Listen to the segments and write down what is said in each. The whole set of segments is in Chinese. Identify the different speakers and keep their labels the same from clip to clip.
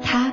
Speaker 1: 他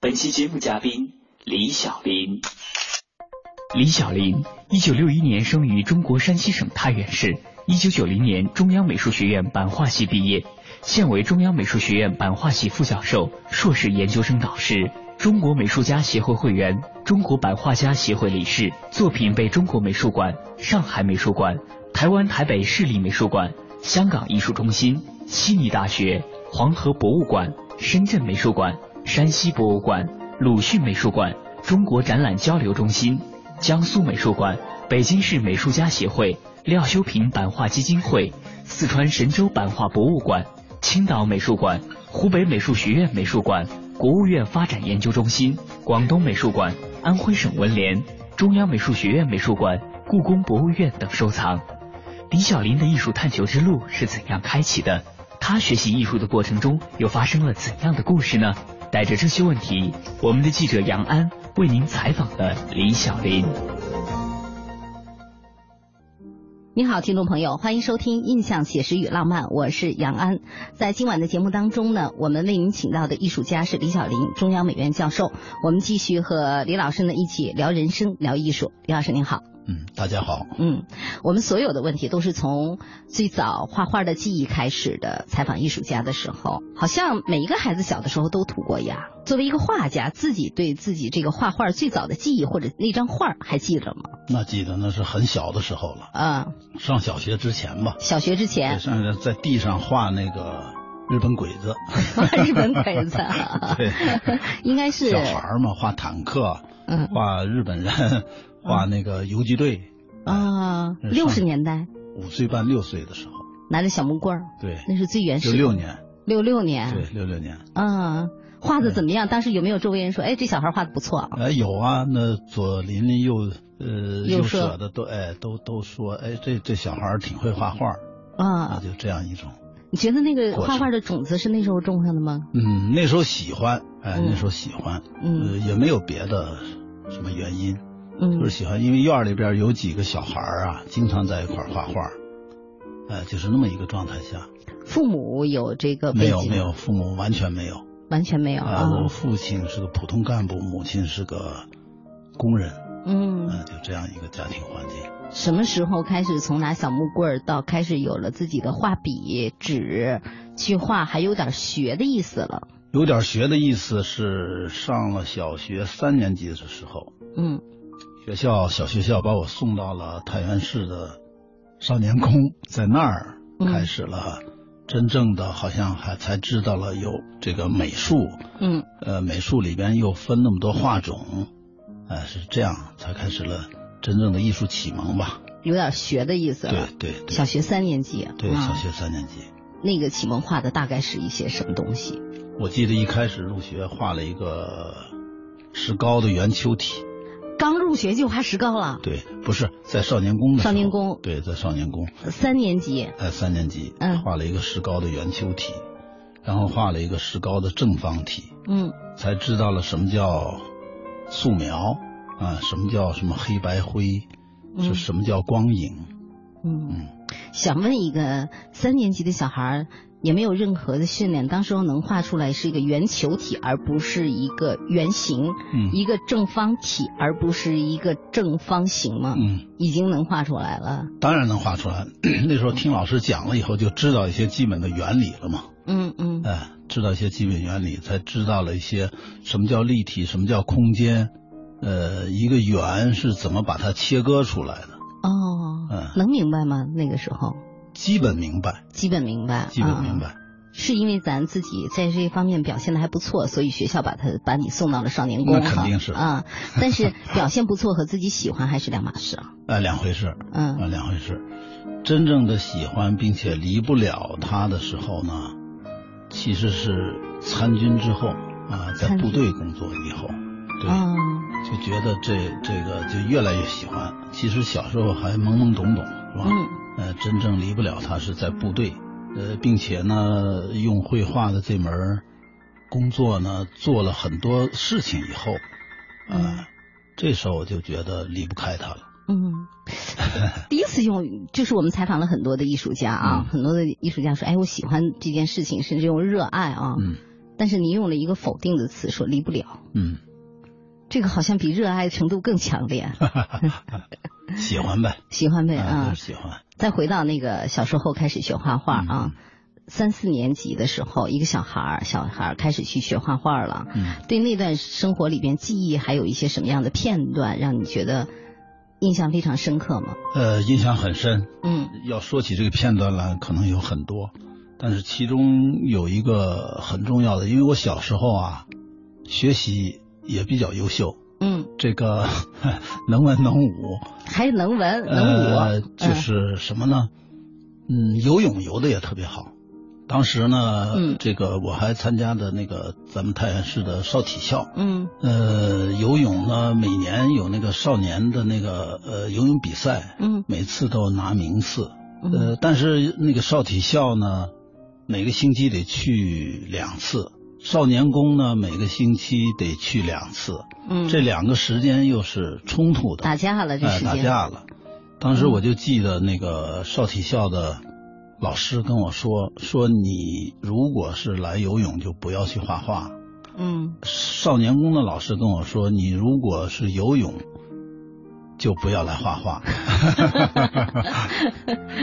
Speaker 2: 本期节目嘉宾李小林。李小林，一九六一年生于中国山西省太原市，一九九零年中央美术学院版画系毕业，现为中央美术学院版画系副教授、硕士研究生导师，中国美术家协会会员，中国版画家协会理事。作品被中国美术馆、上海美术馆、台湾台北市立美术馆、香港艺术中心、悉尼大学、黄河博物馆、深圳美术馆。山西博物馆、鲁迅美术馆、中国展览交流中心、江苏美术馆、北京市美术家协会、廖修平版画基金会、四川神州版画博物馆、青岛美术馆、湖北美术学院美术馆、国务院发展研究中心、广东美术馆、安徽省文联、中央美术学院美术馆、故宫博物院等收藏。李小林的艺术探求之路是怎样开启的？他学习艺术的过程中又发生了怎样的故事呢？带着这些问题，我们的记者杨安为您采访了李小林。
Speaker 3: 你好，听众朋友，欢迎收听《印象写实与浪漫》，我是杨安。在今晚的节目当中呢，我们为您请到的艺术家是李小林，中央美院教授。我们继续和李老师呢一起聊人生，聊艺术。李老师您好。
Speaker 4: 嗯，大家好。
Speaker 3: 嗯，我们所有的问题都是从最早画画的记忆开始的。采访艺术家的时候，好像每一个孩子小的时候都涂过鸦。作为一个画家，自己对自己这个画画最早的记忆或者那张画还记得吗？
Speaker 4: 那记得，那是很小的时候了。
Speaker 3: 嗯，
Speaker 4: 上小学之前吧。
Speaker 3: 小学之前。
Speaker 4: 上在地上画那个。日本鬼子，
Speaker 3: 日本鬼 子，
Speaker 4: 对，
Speaker 3: 应该是
Speaker 4: 小孩嘛，画坦克，
Speaker 3: 嗯，
Speaker 4: 画日本人，画那个游击队
Speaker 3: 啊，六十年代，
Speaker 4: 五岁半六岁的时候，
Speaker 3: 拿着小木棍儿，
Speaker 4: 对，
Speaker 3: 那是啊最原始。
Speaker 4: 六六年，
Speaker 3: 六六年，
Speaker 4: 对，六六年，
Speaker 3: 嗯，画的怎么样？当时有没有周围人说，哎，这小孩画的不错？
Speaker 4: 哎，有啊，那左邻邻右呃右舍的都哎都都说，哎，这这小孩挺会画画，
Speaker 3: 啊，
Speaker 4: 就这样一种。
Speaker 3: 你觉得那个画画的种子是那时候种上的吗？
Speaker 4: 嗯，那时候喜欢，哎，那时候喜欢，
Speaker 3: 嗯、
Speaker 4: 呃，也没有别的什么原因，
Speaker 3: 嗯，
Speaker 4: 就是喜欢，因为院里边有几个小孩啊，经常在一块画画，哎，就是那么一个状态下。
Speaker 3: 父母有这个
Speaker 4: 没有没有，父母完全没有，
Speaker 3: 完全没有啊、
Speaker 4: 呃！我父亲是个普通干部，母亲是个工人，
Speaker 3: 嗯、
Speaker 4: 呃，就这样一个家庭环境。
Speaker 3: 什么时候开始从拿小木棍到开始有了自己的画笔、纸去画，还有点学的意思了？
Speaker 4: 有点学的意思是上了小学三年级的时候，
Speaker 3: 嗯，
Speaker 4: 学校小学校把我送到了太原市的少年宫，在那儿
Speaker 3: 嗯
Speaker 4: 开始了真正的，好像还才知道了有这个美术，
Speaker 3: 嗯，
Speaker 4: 呃，美术里边又分那么多画种，哎、呃，是这样才开始了。真正的艺术启蒙吧，
Speaker 3: 有点学的意思
Speaker 4: 了。对对
Speaker 3: 啊
Speaker 4: 对，
Speaker 3: 小啊学三年级。
Speaker 4: 对，小学三年级。
Speaker 3: 那个启蒙画的大概是一些什么东西？
Speaker 4: 我记得一开始入学画了一个石膏的圆球体。
Speaker 3: 刚入学就画石膏了？
Speaker 4: 对，不是在少年宫的。
Speaker 3: 少年宫。
Speaker 4: 对，在少年宫。
Speaker 3: 三年级。
Speaker 4: 哎，三年级。
Speaker 3: 嗯。
Speaker 4: 画了一个石膏的圆球体，然后画了一个石膏的正方体。
Speaker 3: 嗯。
Speaker 4: 才知道了什么叫素描啊，什么叫什么黑白灰。是什么叫光影？
Speaker 3: 嗯，想问一个三年级的小孩儿，也没有任何的训练，当时候能画出来是一个圆球体，而不是一个圆形，
Speaker 4: 嗯
Speaker 3: 一个正方体，而不是一个正方形吗？
Speaker 4: 嗯，
Speaker 3: 已经能画出来了。
Speaker 4: 当然能画出来。 那时候听老师讲了以后，就知道一些基本的原理了嘛。
Speaker 3: 嗯嗯
Speaker 4: 哎，知道一些基本原理，才知道了一些什么叫立体，什么叫空间。呃，一个圆是怎么把它切割出来的？
Speaker 3: 哦，
Speaker 4: 嗯
Speaker 3: 能明白吗？那个时候
Speaker 4: 基本明白，
Speaker 3: 基本明白，
Speaker 4: 基本明
Speaker 3: 啊
Speaker 4: 白。
Speaker 3: 是因为咱自己在这方面表现的还不错，所以学校把他把你送到了少年宫
Speaker 4: 那
Speaker 3: 哈，
Speaker 4: 肯定是
Speaker 3: 啊。但是表现不错和自己喜欢还是两码事啊。
Speaker 4: 哎，两回事。啊，
Speaker 3: 嗯
Speaker 4: 两回事。真正的喜欢并且离不了他的时候呢，其实是参军之后啊，在
Speaker 3: 参军
Speaker 4: 部队工作以后，对，
Speaker 3: 啊
Speaker 4: 就觉得这这个就越来越喜欢。其实小时候还懵懵懂懂，是吧？
Speaker 3: 嗯
Speaker 4: 呃，真正离不了他是在部队，呃，并且呢，用绘画的这门儿工作呢，做了很多事情以后，啊、
Speaker 3: 嗯
Speaker 4: 这时候我就觉得离不开他了。
Speaker 3: 嗯。 第一次用，就是我们采访了很多的艺术家啊，
Speaker 4: 嗯
Speaker 3: 很多的艺术家说，哎，我喜欢这件事情，甚至用热爱啊。
Speaker 4: 嗯
Speaker 3: 但是你用了一个否定的词，说离不了，
Speaker 4: 嗯。
Speaker 3: 这个好像比热爱的程度更强 烈。
Speaker 4: 喜欢呗，
Speaker 3: 喜欢呗
Speaker 4: 啊，
Speaker 3: 啊
Speaker 4: 就，是喜欢。
Speaker 3: 再回到那个小时候开始学画画
Speaker 4: 嗯
Speaker 3: 啊，三四年级的时候，一个小孩儿，小孩儿开始去学画画了。
Speaker 4: 嗯，
Speaker 3: 对那段生活里边记忆，还有一些什么样的片段让你觉得印象非常深刻吗？
Speaker 4: 呃，印象很深。
Speaker 3: 嗯
Speaker 4: 要说起这个片段来，可能有很多，但是其中有一个很重要的，因为我小时候啊，学习也比较优秀，
Speaker 3: 嗯，
Speaker 4: 这个 能文能武，
Speaker 3: 还能文能武，啊嗯
Speaker 4: 呃，就是什么呢？嗯，游泳游的也特别好。当时呢，
Speaker 3: 嗯
Speaker 4: 这个我还参加的那个咱们太原市的少体校，
Speaker 3: 嗯
Speaker 4: 呃，游泳呢，每年有那个少年的那个呃游泳比赛，
Speaker 3: 嗯
Speaker 4: 每次都拿名次。
Speaker 3: 嗯
Speaker 4: 呃，但是那个少体校呢，每个星期得去两次；少年宫呢，每个星期得去两次。
Speaker 3: 嗯，
Speaker 4: 这两个时间又是冲突的，
Speaker 3: 打架了，这
Speaker 4: 哎
Speaker 3: 时
Speaker 4: 打
Speaker 3: 间，
Speaker 4: 架了。当时我就记得那个少体校的老师跟我说：“说你如果是来游泳，就不要去画画。”
Speaker 3: 嗯
Speaker 4: 少年宫的老师跟我说，你如果是游泳，就不要来画 画。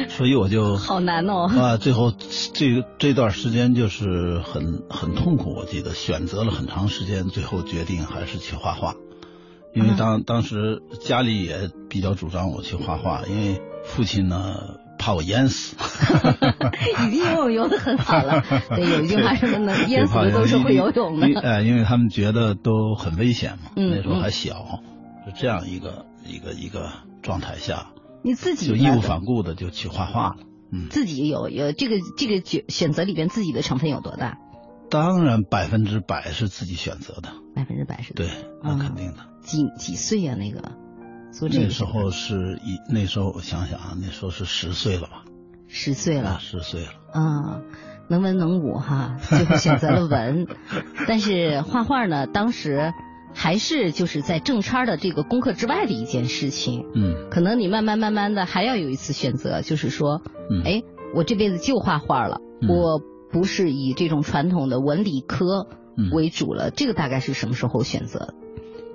Speaker 4: 所以我就
Speaker 3: 好难哦
Speaker 4: 啊！最后这这段时间就是很很痛苦，我记得选择了很长时间，最后决定还是去画画，因为当、
Speaker 3: 嗯
Speaker 4: 当时家里也比较主张我去画画，因为父亲呢怕我淹死。
Speaker 3: 已经游泳游的很好 了。对，有一句话说什么呢？淹死
Speaker 4: 对
Speaker 3: 的都是
Speaker 4: 怕
Speaker 3: 会
Speaker 4: 淹
Speaker 3: 游泳
Speaker 4: 因为
Speaker 3: 的。
Speaker 4: 哎，因为他们觉得都很危险嘛，
Speaker 3: 嗯
Speaker 4: 那时候还小，就这样一个一个一个状态下，
Speaker 3: 你自己
Speaker 4: 就义
Speaker 3: 呢
Speaker 4: 无反顾的就去画画了。嗯，
Speaker 3: 自己有有这个这个选选择里边自己的成分有多大？
Speaker 4: 当然百分之百是自己选择的，
Speaker 3: 百分之百是
Speaker 4: 对，那肯定的。
Speaker 3: 几几岁啊？那个做嗯这
Speaker 4: 那
Speaker 3: 个
Speaker 4: 时候是一，那时候我想想啊，那时候是十岁了吧？
Speaker 3: 十岁了
Speaker 4: 啊，，十岁了。
Speaker 3: 啊，能文能武 哈，最后选择了文，但是画画呢，当时还是就是在正差儿的这个功课之外的一件事情。
Speaker 4: 嗯
Speaker 3: 可能你慢慢慢慢的还要有一次选择，就是说，
Speaker 4: 嗯，
Speaker 3: 哎，我这辈子就画画了，
Speaker 4: 嗯
Speaker 3: 我不是以这种传统的文理科
Speaker 4: 嗯
Speaker 3: 为主了。这个大概是什么时候选择？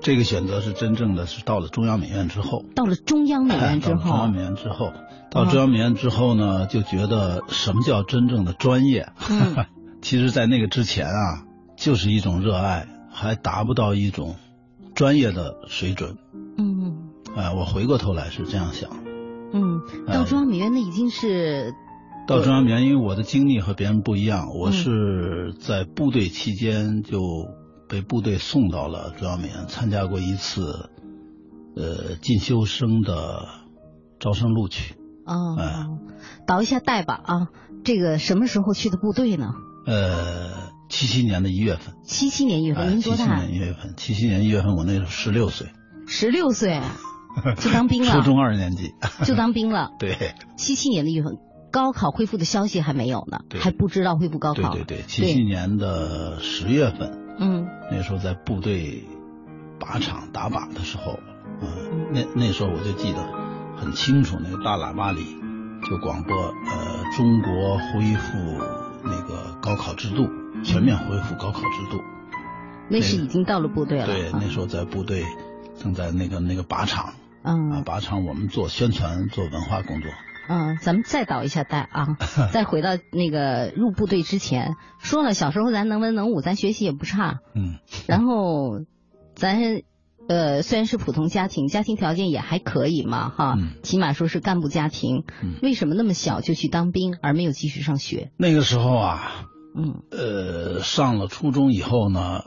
Speaker 4: 这个选择是真正的是到了中央美院之后。
Speaker 3: 到了中央美
Speaker 4: 哎
Speaker 3: 院
Speaker 4: 到
Speaker 3: 之
Speaker 4: 了中
Speaker 3: 后
Speaker 4: 央，美院之后，到中央美院之后呢，就觉得什么叫真正的专业？
Speaker 3: 嗯
Speaker 4: 其实，在那个之前啊，就是一种热爱，还达不到一种专业的水准。
Speaker 3: 嗯。
Speaker 4: 哎、我回过头来是这样想。
Speaker 3: 嗯，到
Speaker 4: 哎
Speaker 3: 中央美院那已经是
Speaker 4: 到中央美院，因为我的经历和别人不一样，
Speaker 3: 嗯
Speaker 4: 我是在部队期间就被部队送到了中央美院，参加过一次，呃，进修生的招生录取。
Speaker 3: 哦
Speaker 4: 哎，
Speaker 3: 倒一下带吧啊！这个什么时候去的部队呢？
Speaker 4: 呃，七七年的一月份，
Speaker 3: 七七年一月
Speaker 4: 哎
Speaker 3: 份，您多
Speaker 4: 七七
Speaker 3: 大啊
Speaker 4: 年？一月份，七七年一月份，我那时候十六岁，
Speaker 3: 十六 岁，就当兵
Speaker 4: 初
Speaker 3: 了，
Speaker 4: 中二年级。
Speaker 3: 就当兵了。
Speaker 4: 对，
Speaker 3: 七七年的一月份，高考恢复的消息还没有呢，
Speaker 4: 对
Speaker 3: 还不知道恢复高
Speaker 4: 对
Speaker 3: 考。
Speaker 4: 对对，七七年的十月份，
Speaker 3: 嗯
Speaker 4: 那时候在呃部队靶场打靶的时候，嗯，那那时候我就记得，很清楚，那个大喇叭里就广播，呃，中国恢复那个高考制度，全面恢复高考制度。
Speaker 3: 那是已经到了部队了。
Speaker 4: 嗯对，那时候在部队，正在那个那个靶场，啊，
Speaker 3: 嗯
Speaker 4: 靶场我们做宣传，做文化工作。
Speaker 3: 嗯，咱们再倒一下带 啊，再回到那个入部队之前，说了小时候咱能文能武，咱学习也不差，
Speaker 4: 嗯，
Speaker 3: 然后咱呃虽然是普通家庭，家庭条件也还可以嘛哈，
Speaker 4: 嗯
Speaker 3: 起码说是干部家庭，
Speaker 4: 嗯
Speaker 3: 为什么那么小就去当兵而没有继续上学？
Speaker 4: 那个时候啊，
Speaker 3: 嗯，
Speaker 4: 呃，上了初中以后呢，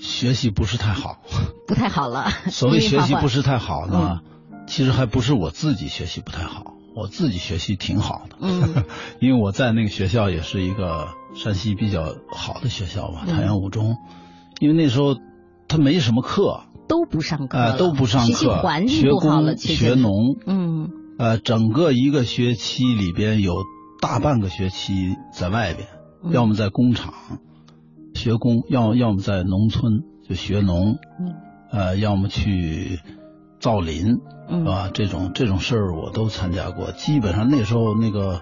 Speaker 4: 学习不是太好。
Speaker 3: 不太好了。
Speaker 4: 所谓
Speaker 3: 因为
Speaker 4: 学
Speaker 3: 画
Speaker 4: 习
Speaker 3: 画
Speaker 4: 不是太好
Speaker 3: 嗯
Speaker 4: 呢，其实还不是我自己学习不太好，我自己学习挺好的，
Speaker 3: 嗯
Speaker 4: 因为我在那个学校也是一个山西比较好的学校吧，
Speaker 3: 嗯
Speaker 4: 太阳五中，因为那时候他没什么课，
Speaker 3: 都不上课了、
Speaker 4: 啊、都不上
Speaker 3: 呃学习
Speaker 4: 课，
Speaker 3: 环境
Speaker 4: 学
Speaker 3: 不好了，
Speaker 4: 工
Speaker 3: 其
Speaker 4: 学
Speaker 3: 实。
Speaker 4: 农，
Speaker 3: 嗯
Speaker 4: 呃，整个一个学期里边有大半个学期在外边，
Speaker 3: 嗯
Speaker 4: 要么在工厂学工，要要么在农村就学农，
Speaker 3: 嗯
Speaker 4: 呃，要么去造林，
Speaker 3: 嗯
Speaker 4: 啊，这种这种事儿我都参加过。基本上那时候那个，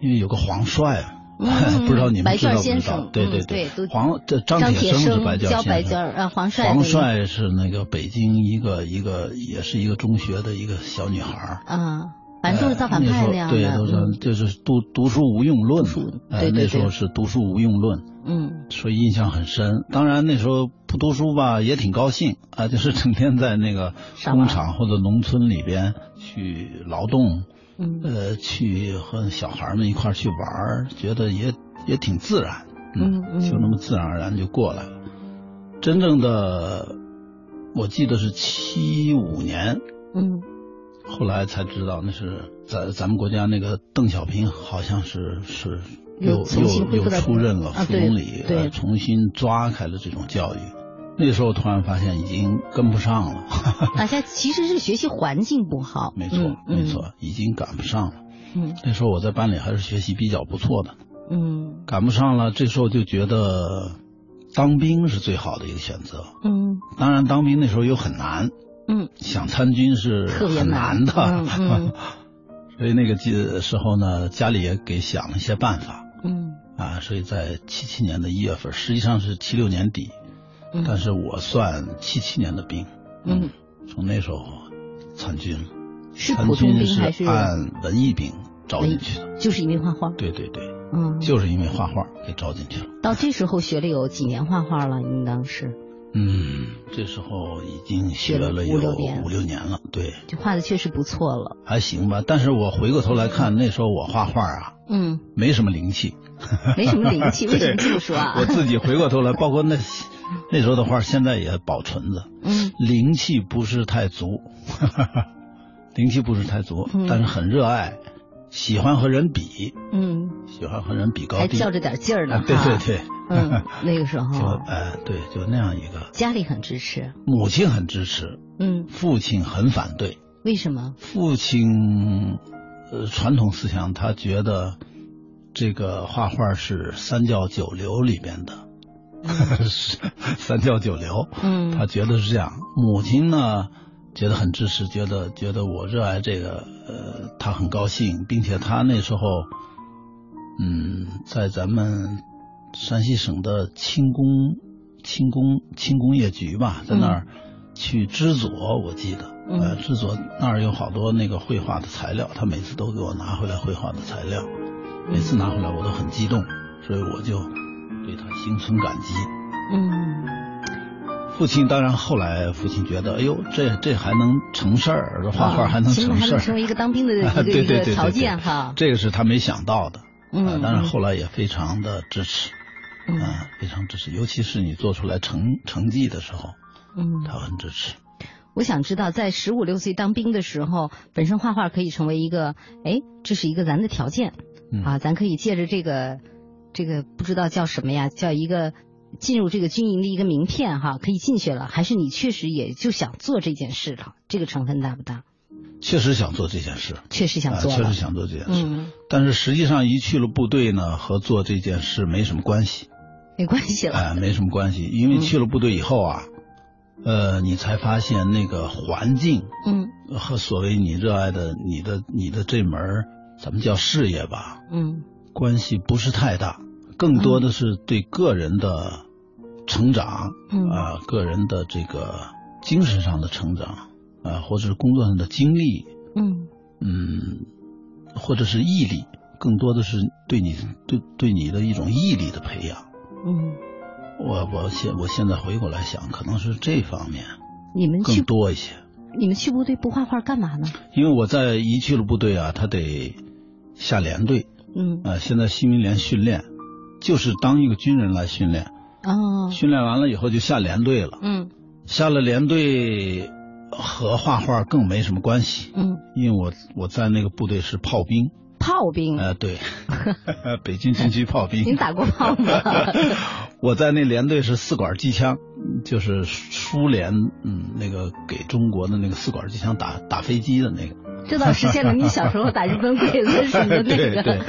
Speaker 4: 因为有个黄帅啊，
Speaker 3: 嗯
Speaker 4: 不知道你们
Speaker 3: 白
Speaker 4: 知
Speaker 3: 卷
Speaker 4: 道不
Speaker 3: 先
Speaker 4: 知道
Speaker 3: 生？
Speaker 4: 对
Speaker 3: 嗯
Speaker 4: 对
Speaker 3: 对都
Speaker 4: 黄这
Speaker 3: 张
Speaker 4: 铁
Speaker 3: 铁
Speaker 4: 生
Speaker 3: 生
Speaker 4: 是白
Speaker 3: 教
Speaker 4: 先
Speaker 3: 白
Speaker 4: 生
Speaker 3: 卷儿呃黄帅
Speaker 4: 黄
Speaker 3: 的一个
Speaker 4: 帅是那个北京一个一个也是一个中学的一个小女孩儿。
Speaker 3: 啊，反正都是造反
Speaker 4: 呃
Speaker 3: 派那样的。
Speaker 4: 对，都是
Speaker 3: 嗯
Speaker 4: 就是读读书无用论
Speaker 3: 读书，
Speaker 4: 呃
Speaker 3: 对对
Speaker 4: 那时
Speaker 3: 对
Speaker 4: 候是读书无用论，
Speaker 3: 嗯
Speaker 4: 所以印象很深。当然那时候不读书吧，也挺高兴啊，就是整天在那个
Speaker 3: 上
Speaker 4: 工
Speaker 3: 班
Speaker 4: 厂或者农村里边去劳动，
Speaker 3: 嗯
Speaker 4: 呃，去和小孩们一块儿去玩儿，觉得也也挺自然，
Speaker 3: 嗯嗯
Speaker 4: 就那么自然而然就过来了。真正的，我记得是七五年，
Speaker 3: 嗯
Speaker 4: 后来才知道那是咱咱们国家那个邓小平好像是是
Speaker 3: 又
Speaker 4: 又
Speaker 3: 重新
Speaker 4: 又
Speaker 3: 恢复
Speaker 4: 又
Speaker 3: 到
Speaker 4: 出任了
Speaker 3: 啊
Speaker 4: 副
Speaker 3: 对
Speaker 4: 总理，
Speaker 3: 对
Speaker 4: 呃重新抓开了这种教育。那时候突然发现已经跟不上了，
Speaker 3: 大家其实是学习环境不好。
Speaker 4: 没错、
Speaker 3: 嗯、
Speaker 4: 没错，已经赶不上了。
Speaker 3: 嗯。
Speaker 4: 那时候我在班里还是学习比较不错的，
Speaker 3: 嗯
Speaker 4: 赶不上了。这时候就觉得当兵是最好的一个选择。
Speaker 3: 嗯
Speaker 4: 当然，当兵那时候又很难，
Speaker 3: 嗯
Speaker 4: 想参军是
Speaker 3: 特别
Speaker 4: 很
Speaker 3: 难
Speaker 4: 难的，
Speaker 3: 嗯嗯
Speaker 4: 所以那个记时候呢，家里也给想了一些办法
Speaker 3: 嗯
Speaker 4: 啊，所以在七七年的一月份，实际上是七六年底，
Speaker 3: 嗯
Speaker 4: 但是我算七七年的兵，
Speaker 3: 嗯，
Speaker 4: 从那时候参军了，
Speaker 3: 是
Speaker 4: 参
Speaker 3: 普通
Speaker 4: 军
Speaker 3: 兵还是
Speaker 4: 按文艺兵招进去的，
Speaker 3: 就是因为画画。
Speaker 4: 对对对，
Speaker 3: 嗯，
Speaker 4: 就是因为画画给招进去了。
Speaker 3: 到这时候学了有几年画画了，应当是
Speaker 4: 嗯，这时候已经学了
Speaker 3: 学了五
Speaker 4: 有
Speaker 3: 六年
Speaker 4: 五六年了，对，
Speaker 3: 就画的确实不错了。
Speaker 4: 还行吧。但是我回过头来看，那时候我画画啊，
Speaker 3: 嗯，
Speaker 4: 没什么灵气，
Speaker 3: 没什么灵气，为什么这么说啊
Speaker 4: 我？自己回过头来，包括那那时候的画，现在也保存着，
Speaker 3: 嗯
Speaker 4: 灵气不是太足，灵气不是太足
Speaker 3: 嗯，
Speaker 4: 但是很热爱，喜欢和人比，
Speaker 3: 嗯，
Speaker 4: 喜欢和人比高
Speaker 3: 还
Speaker 4: 低，
Speaker 3: 较着点劲儿呢。
Speaker 4: 啊对对
Speaker 3: 哈。
Speaker 4: 对，
Speaker 3: 嗯，那 个时
Speaker 4: 就
Speaker 3: 候
Speaker 4: 哎对，就那样一个，
Speaker 3: 家里很支持。
Speaker 4: 母亲很支持，
Speaker 3: 嗯，
Speaker 4: 父亲很反对。
Speaker 3: 为什么？
Speaker 4: 父亲，呃，传统思想他觉得这个画画是三教九流里边的， 是三教九流，
Speaker 3: 嗯
Speaker 4: 他觉得是这样。母亲呢，觉得很支持，觉得觉得我热爱这个，呃，他很高兴，并且他那时候，嗯，在咱们山西省的轻工轻工轻工业局吧，在那儿去支左，我记得。
Speaker 3: 嗯
Speaker 4: 呃，制作那儿有好多那个绘画的材料，他每次都给我拿回来绘画的材料，每次拿回来我都很激动，所以我就对他心存感激。
Speaker 3: 嗯
Speaker 4: 父亲当然后来，父亲觉得，哎呦，这这还能成事儿，这画画还能
Speaker 3: 啊行
Speaker 4: 成
Speaker 3: 还
Speaker 4: 事
Speaker 3: 能
Speaker 4: 儿，
Speaker 3: 成为一 个当兵的一个
Speaker 4: 对对对
Speaker 3: 一个
Speaker 4: 对
Speaker 3: 条
Speaker 4: 对
Speaker 3: 件哈
Speaker 4: 这个是他没想到的，啊
Speaker 3: 嗯，
Speaker 4: 当然后来也非常的支持，
Speaker 3: 嗯
Speaker 4: 啊，非常支持，尤其是你做出来成成绩的时候，
Speaker 3: 嗯，
Speaker 4: 他很支持。
Speaker 3: 我想知道，在十五六岁当兵的时候，本身画画可以成为一个，哎，这是一个咱的条件、
Speaker 4: 嗯
Speaker 3: 啊，咱可以借着这个，这个不知道叫什么呀，叫一个进入这个军营的一个名片哈，可以进去了，还是你确实也就想做这件事了？这个成分大不大？
Speaker 4: 确实想做这件事，
Speaker 3: 确实想
Speaker 4: 啊
Speaker 3: 做
Speaker 4: 确
Speaker 3: 了，
Speaker 4: 实想做这件事。
Speaker 3: 嗯，
Speaker 4: 但是实际上一去了部队呢，和做这件事没什么关系，
Speaker 3: 没关系了，
Speaker 4: 哎，没什么关系，因为
Speaker 3: 嗯
Speaker 4: 去了部队以后啊，呃，你才发现那个环境
Speaker 3: 嗯
Speaker 4: 和所谓你热爱的你的你的这门儿咱们叫事业吧，
Speaker 3: 嗯
Speaker 4: 关系不是太大，更多的是对个人的成长，
Speaker 3: 嗯
Speaker 4: 啊、个人的这个精神上的成长，啊、或者是工作上的经历，
Speaker 3: 嗯
Speaker 4: 嗯，或者是毅力，更多的是对你对对你的一种毅力的培养。
Speaker 3: 嗯，
Speaker 4: 我我现我现在回过来想，可能是这方面
Speaker 3: 你们
Speaker 4: 更
Speaker 3: 去
Speaker 4: 多一些，
Speaker 3: 你们去部队不画画干嘛呢？
Speaker 4: 因为我在一俱乐部队啊，他得下连队
Speaker 3: 嗯
Speaker 4: 啊、呃现在新民联训练就是当一个军人来训练，
Speaker 3: 哦
Speaker 4: 训练完了以后就下连队了，
Speaker 3: 嗯
Speaker 4: 下了连队和画画更没什么关系，
Speaker 3: 嗯，
Speaker 4: 因为我我在那个部队是炮兵，
Speaker 3: 炮兵，
Speaker 4: 呃，对， 北京军区炮兵。
Speaker 3: 您打过炮吗？
Speaker 4: 我在那连队是四管机枪，嗯就是苏联嗯那个给中国的那个四管机枪打打飞机的那个。
Speaker 3: 这倒实现了你小时候打日本鬼子什么的
Speaker 4: 对
Speaker 3: 那
Speaker 4: 对
Speaker 3: 个。，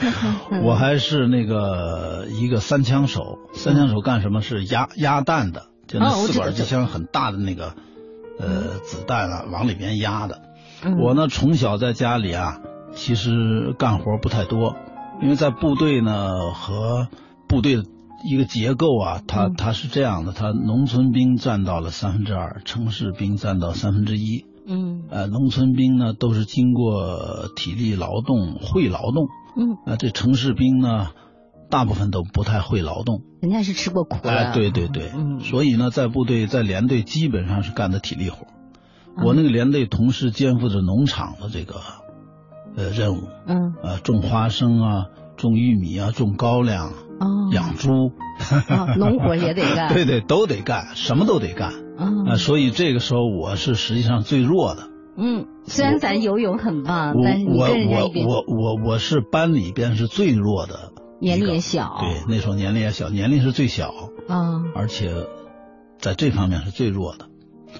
Speaker 3: 嗯
Speaker 4: 我还是那个一个三枪手，三枪手干什么？是压压弹的，就那
Speaker 3: 哦我
Speaker 4: 四
Speaker 3: 知道
Speaker 4: 管机枪很大的那个呃子弹啊，往里面压的。
Speaker 3: 嗯
Speaker 4: 我呢，从小在家里啊，其实干活不太多，因为在部队呢和部队的一个结构啊，它
Speaker 3: 嗯
Speaker 4: 它是这样的，它农村兵占到了三分之二，城市兵占到三分之一。
Speaker 3: 嗯
Speaker 4: 呃，农村兵呢都是经过体力劳动、会劳动，
Speaker 3: 嗯，
Speaker 4: 啊、这城市兵呢大部分都不太会劳动。
Speaker 3: 人家是吃过苦的。
Speaker 4: 哎，对对对，
Speaker 3: 嗯
Speaker 4: 所以呢，在部队在连队基本上是干的体力活儿。
Speaker 3: 嗯
Speaker 4: 我那个连队同时肩负着农场的这个呃任务，
Speaker 3: 嗯
Speaker 4: 呃，种花生啊，种玉米啊，种高粱啊，
Speaker 3: 哦，
Speaker 4: 养猪，
Speaker 3: 哦农活也得干。
Speaker 4: 对对，都得干，什么都得干啊、
Speaker 3: 嗯
Speaker 4: 呃所以这个时候我是实际上最弱的，
Speaker 3: 嗯，虽然咱游泳很棒，啊
Speaker 4: 我
Speaker 3: 但是你
Speaker 4: 我
Speaker 3: 跟人家一比
Speaker 4: 我，我我我是班里边是最弱的，
Speaker 3: 年龄也小。
Speaker 4: 对，那时候年龄也小，年龄是最小，
Speaker 3: 啊，
Speaker 4: 而且在这方面是最弱的，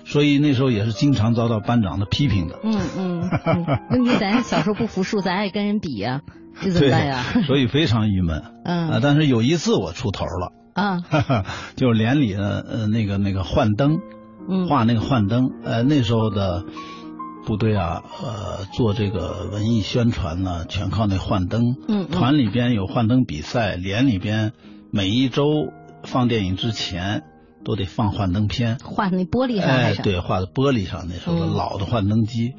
Speaker 4: 所以那时候也是经常遭到班长的批评的。
Speaker 3: 嗯嗯嗯， 问题咱小时候不服输，咱爱跟人比呀，这怎么办呀？
Speaker 4: 所以非常郁闷啊！
Speaker 3: 嗯
Speaker 4: 但是有一次我出头了，
Speaker 3: 啊
Speaker 4: 哈哈，就是连里的呃那个那个幻灯，
Speaker 3: 嗯
Speaker 4: 画那个幻灯，呃那时候的部队啊，呃做这个文艺宣传呢、全靠那幻灯。
Speaker 3: 嗯嗯
Speaker 4: 团里边有幻灯比赛，连里边每一周放电影之前都得放幻灯片。
Speaker 3: 画那玻璃上还
Speaker 4: 哎，
Speaker 3: 是？
Speaker 4: 对，画在玻璃上，那时候的
Speaker 3: 嗯
Speaker 4: 老的幻灯机，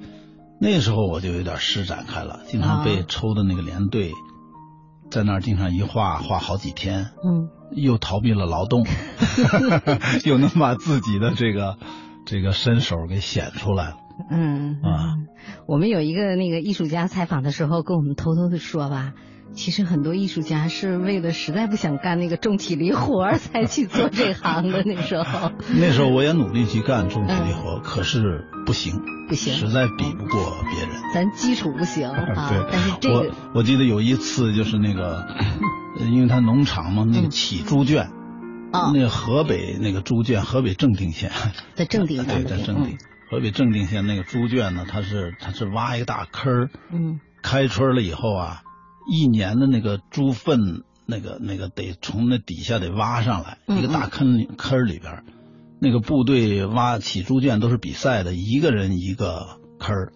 Speaker 4: 那时候我就有点施展开了，经常被
Speaker 3: 啊
Speaker 4: 抽的那个连队，在那儿经常一画画好几天，
Speaker 3: 嗯
Speaker 4: 又逃避了 劳动， 又能把自己的这个这个身手给显出来了
Speaker 3: 嗯
Speaker 4: 啊。
Speaker 3: 我们有一个那个艺术家采访的时候，跟我们偷偷的说吧，其实很多艺术家是为了实在不想干那个重体力活儿才去做这行的。那时候
Speaker 4: 那时候我也努力去干重体力活，可是 不行，
Speaker 3: 不嗯行
Speaker 4: 实在比不过别人。
Speaker 3: 咱基础不行啊
Speaker 4: 对，，
Speaker 3: 但是这个
Speaker 4: 我我记得有一次就是那个，呃因为他农场嘛，那个
Speaker 3: 嗯
Speaker 4: 起猪圈，
Speaker 3: 啊
Speaker 4: 那河北那个猪圈，河北正定县，
Speaker 3: 在正定嗯
Speaker 4: 对，
Speaker 3: 咱们
Speaker 4: 在
Speaker 3: 这
Speaker 4: 正定，河北正定县那个猪圈呢，它是它是挖一个大坑儿，
Speaker 3: 嗯
Speaker 4: 开春了以后啊，一年的那个猪粪，那个那个得从那底下得挖上来，
Speaker 3: 嗯
Speaker 4: 一个大坑里坑儿里边儿，那个部队挖起猪圈都是比赛的，一个人一个 坑儿，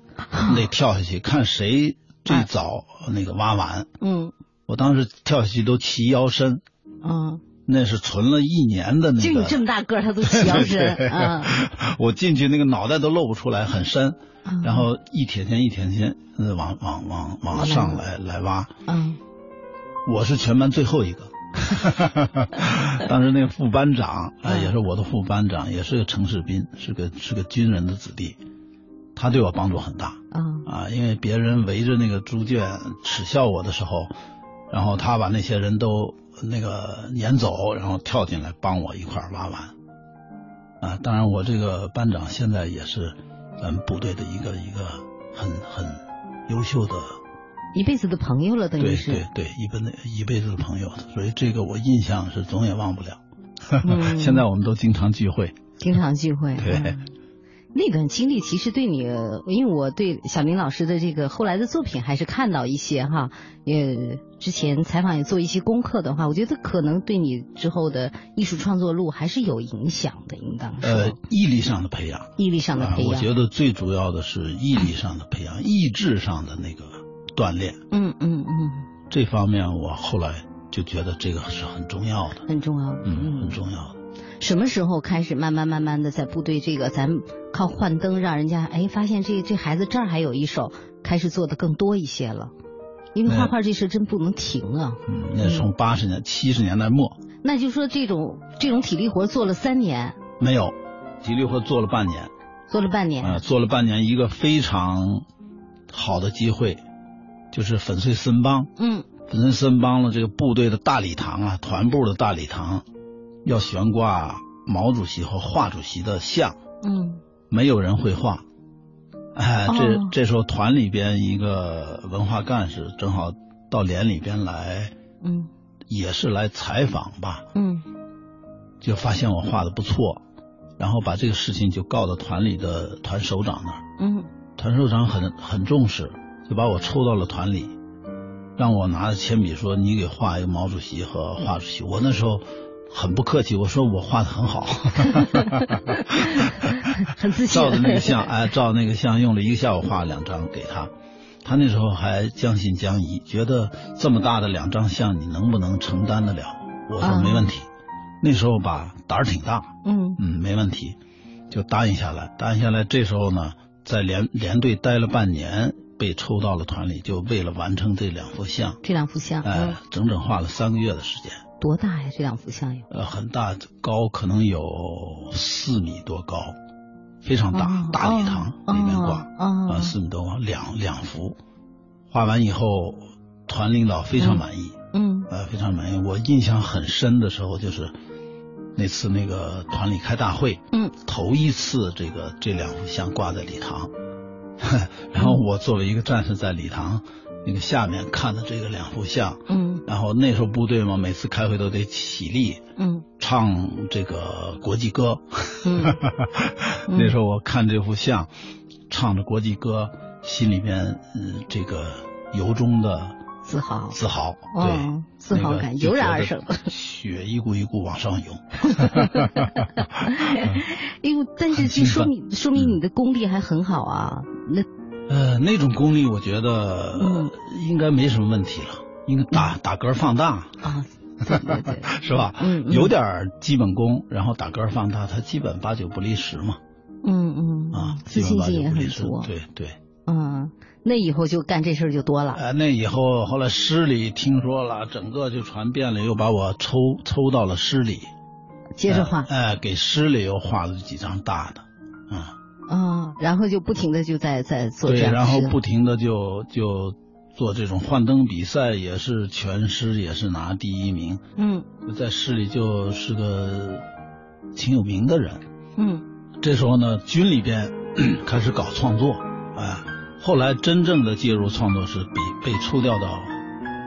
Speaker 4: 你得跳下去看谁最早那个挖完。
Speaker 3: 嗯
Speaker 4: 我当时跳下去都齐腰身，
Speaker 3: 嗯嗯，
Speaker 4: 那是存了一年的那
Speaker 3: 就
Speaker 4: 个。
Speaker 3: 你这么大个儿，他都起 腰身
Speaker 4: 对
Speaker 3: 啊，
Speaker 4: 我进去那个脑袋都露不出来，很深
Speaker 3: 啊，
Speaker 4: 然后一铁锨一铁锨呃往往往往上来来挖，
Speaker 3: 嗯
Speaker 4: 我是全班最后一个。 当时那个副班长，
Speaker 3: 嗯
Speaker 4: 哎，也是我的副班长，也是个城市兵，是个是个军人的子弟，他对我帮助很大
Speaker 3: 啊
Speaker 4: 啊，因为别人围着那个猪圈耻笑我的时候，然后他把那些人都那个撵走，然后跳进来帮我一块儿挖完。啊，当然我这个班长现在也是咱们部队的一个一个很很优秀的
Speaker 3: 一辈子的朋友了，等于
Speaker 4: 对
Speaker 3: 是
Speaker 4: 对对，一辈子一辈子的朋友，所以这个我印象是总也忘不了。
Speaker 3: 嗯
Speaker 4: 现在我们都经常聚会，
Speaker 3: 经常聚会。
Speaker 4: 对
Speaker 3: 嗯那段经历其实对你，因为我对小明老师的这个后来的作品还是看到一些哈，也之前采访也做一些功课的话，我觉得可能对你之后的艺术创作路还是有影响的，应当说。
Speaker 4: 呃，毅力上的培养，啊
Speaker 3: 毅力上的培养。
Speaker 4: 我觉得最主要的是毅力上的培养，意志上的那个锻炼，
Speaker 3: 嗯嗯嗯，
Speaker 4: 这方面我后来就觉得这个是很重要的，
Speaker 3: 很重要。
Speaker 4: 嗯，很重要的。
Speaker 3: 什么时候开始慢慢慢慢的在部队这个咱们靠幻灯让人家哎发现这这孩子这儿还有一手，开始做的更多一些了，因为画画这事真不能停啊。
Speaker 4: 嗯，那是从八十年、七十年代末
Speaker 3: 那就说这种这种体力活做了三年，
Speaker 4: 没有，吉利活做了半年，
Speaker 3: 做了半年，
Speaker 4: 啊、做了半年一个非常好的机会，就是粉碎森邦，
Speaker 3: 嗯
Speaker 4: 粉碎森邦的这个部队的大礼堂啊，团部的大礼堂要悬挂毛主席和华主席的像。
Speaker 3: 嗯
Speaker 4: 没有人会画。哎，这、
Speaker 3: 哦
Speaker 4: 这时候团里边一个文化干事正好到连里边来，
Speaker 3: 嗯
Speaker 4: 也是来采访吧，
Speaker 3: 嗯
Speaker 4: 就发现我画的不错，然后把这个事情就告到团里的团首长那儿。
Speaker 3: 嗯
Speaker 4: 团首长很很重视，就把我抽到了团里，让我拿着铅笔说：“你给画一个毛主席和华主席。”我那时候很不客气，我说我画的很好，
Speaker 3: 很自信
Speaker 4: 照着那个像，哎，照那个像用了一个下午画了两张给他。他那时候还将信将疑，觉得这么大的两张像你能不能承担得了？我说
Speaker 3: 啊
Speaker 4: 没问题。那时候吧胆儿挺大，
Speaker 3: 嗯
Speaker 4: 嗯，没问题，就答应下来。答应下来，这时候呢，在连连队待了半年，被抽到了团里，就为了完成这两幅像，
Speaker 3: 这两幅像，
Speaker 4: 哎、
Speaker 3: 嗯，
Speaker 4: 整整画了三个月的时间，
Speaker 3: 多大呀？这两幅像有
Speaker 4: 呃，很大，高可能有四米多高，非常大，
Speaker 3: 哦
Speaker 4: 大礼堂
Speaker 3: 哦
Speaker 4: 里面挂，啊、
Speaker 3: 哦哦
Speaker 4: 四米多高，两两幅，画完以后，团领导非常满意，
Speaker 3: 嗯
Speaker 4: 呃，非常满意。我印象很深的时候就是那次那个团里开大会，
Speaker 3: 嗯，
Speaker 4: 头一次这个这两幅像挂在礼堂， 然后我作为一个战士在礼堂那个下面看的这个两幅像，
Speaker 3: 嗯
Speaker 4: 然后那时候部队嘛，每次开会都得起立
Speaker 3: 嗯
Speaker 4: 唱这个国际歌，
Speaker 3: 嗯
Speaker 4: 那时候我看这幅像，唱着国际歌，心里面嗯这个由衷的。
Speaker 3: 自豪
Speaker 4: 自豪，对，
Speaker 3: 哦自豪感
Speaker 4: 那个就
Speaker 3: 油然
Speaker 4: 觉
Speaker 3: 而
Speaker 4: 得
Speaker 3: 生
Speaker 4: 血一股一股往上涌。
Speaker 3: 因为哎但是
Speaker 4: 很
Speaker 3: 这
Speaker 4: 兴
Speaker 3: 说
Speaker 4: 奋 嗯
Speaker 3: 明说明你的功力还很好啊。那
Speaker 4: 呃，那种功力，我觉得、
Speaker 3: 嗯
Speaker 4: 应该没什么问题了，应该打、打嗝放大，
Speaker 3: 啊，对对 对，
Speaker 4: 是吧？
Speaker 3: 嗯嗯
Speaker 4: 有点儿基本功，然后打嗝放大，它基本八九不离十嘛，
Speaker 3: 嗯嗯
Speaker 4: 啊，
Speaker 3: 自
Speaker 4: 基
Speaker 3: 信
Speaker 4: 本八
Speaker 3: 心
Speaker 4: 九
Speaker 3: 也
Speaker 4: 不
Speaker 3: 很
Speaker 4: 离十
Speaker 3: 足。
Speaker 4: 对对。
Speaker 3: 嗯，那以后就干这事儿就多了。
Speaker 4: 呃，那以后后来师里听说了，整个就传遍了，又把我抽抽到了师里，
Speaker 3: 接着画啊、
Speaker 4: 哎、呃给师里又画了几张大的，啊、
Speaker 3: 然后就不停的就在在做这
Speaker 4: 对，
Speaker 3: 样的
Speaker 4: 然后
Speaker 3: 事
Speaker 4: 不停的就就做这种幻灯比赛，也是全师也是拿第一名，
Speaker 3: 嗯
Speaker 4: 在市里就是个挺有名的人。
Speaker 3: 嗯
Speaker 4: 这时候呢，军里边 开始搞创作，哎，后来真正的介入创作是被被抽调到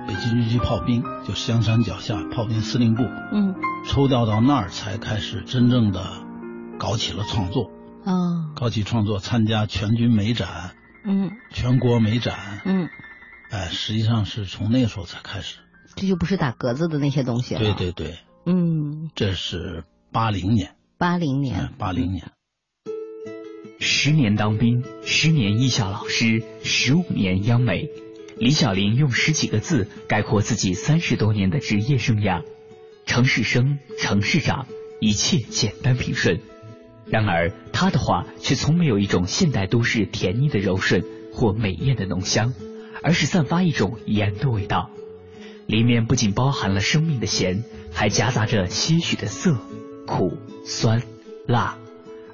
Speaker 4: 北京军区炮兵，就香山脚下炮兵司令部，
Speaker 3: 嗯
Speaker 4: 抽调到那儿才开始真正的搞起了创作，
Speaker 3: 啊
Speaker 4: 搞起创作，参加全军美展、
Speaker 3: 嗯
Speaker 4: 全国美展，
Speaker 3: 嗯，
Speaker 4: 哎，实际上是从那时候才开始。
Speaker 3: 这就不是打格子的那些东西了。
Speaker 4: 对，对对，
Speaker 3: 嗯，
Speaker 4: 这是八零年，哎
Speaker 3: 八零年，
Speaker 4: 八零年。
Speaker 2: 十年当兵，十年艺校老师，十五年央美，李小林用十几个字概括自己三十多年的职业生涯：城市生，城市长，一切简单平顺。然而，他的话却从没有一种现代都市甜腻的柔顺或美艳的浓香，而是散发一种盐的味道，里面不仅包含了生命的咸，还夹杂着些许的涩、苦、酸、辣。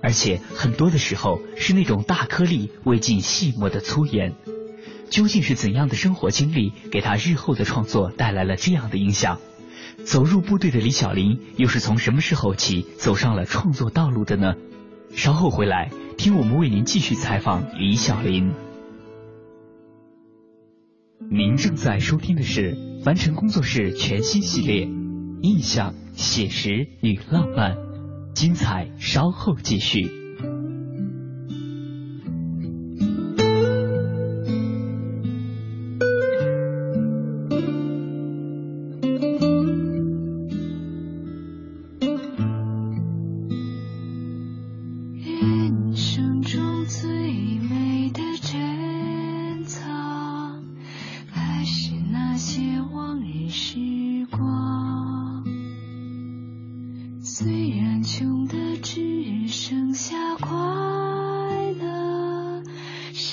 Speaker 2: 而且很多的时候是那种大颗粒未尽细末的粗盐。究竟是怎样的生活经历给他日后的创作带来了这样的影响？走入部队的李小林又是从什么时候起走上了创作道路的呢？稍后回来听我们为您继续采访李小林。您正在收听的是凡尘工作室全新系列《印象、写实与浪漫》，精彩稍后继续。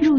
Speaker 1: 入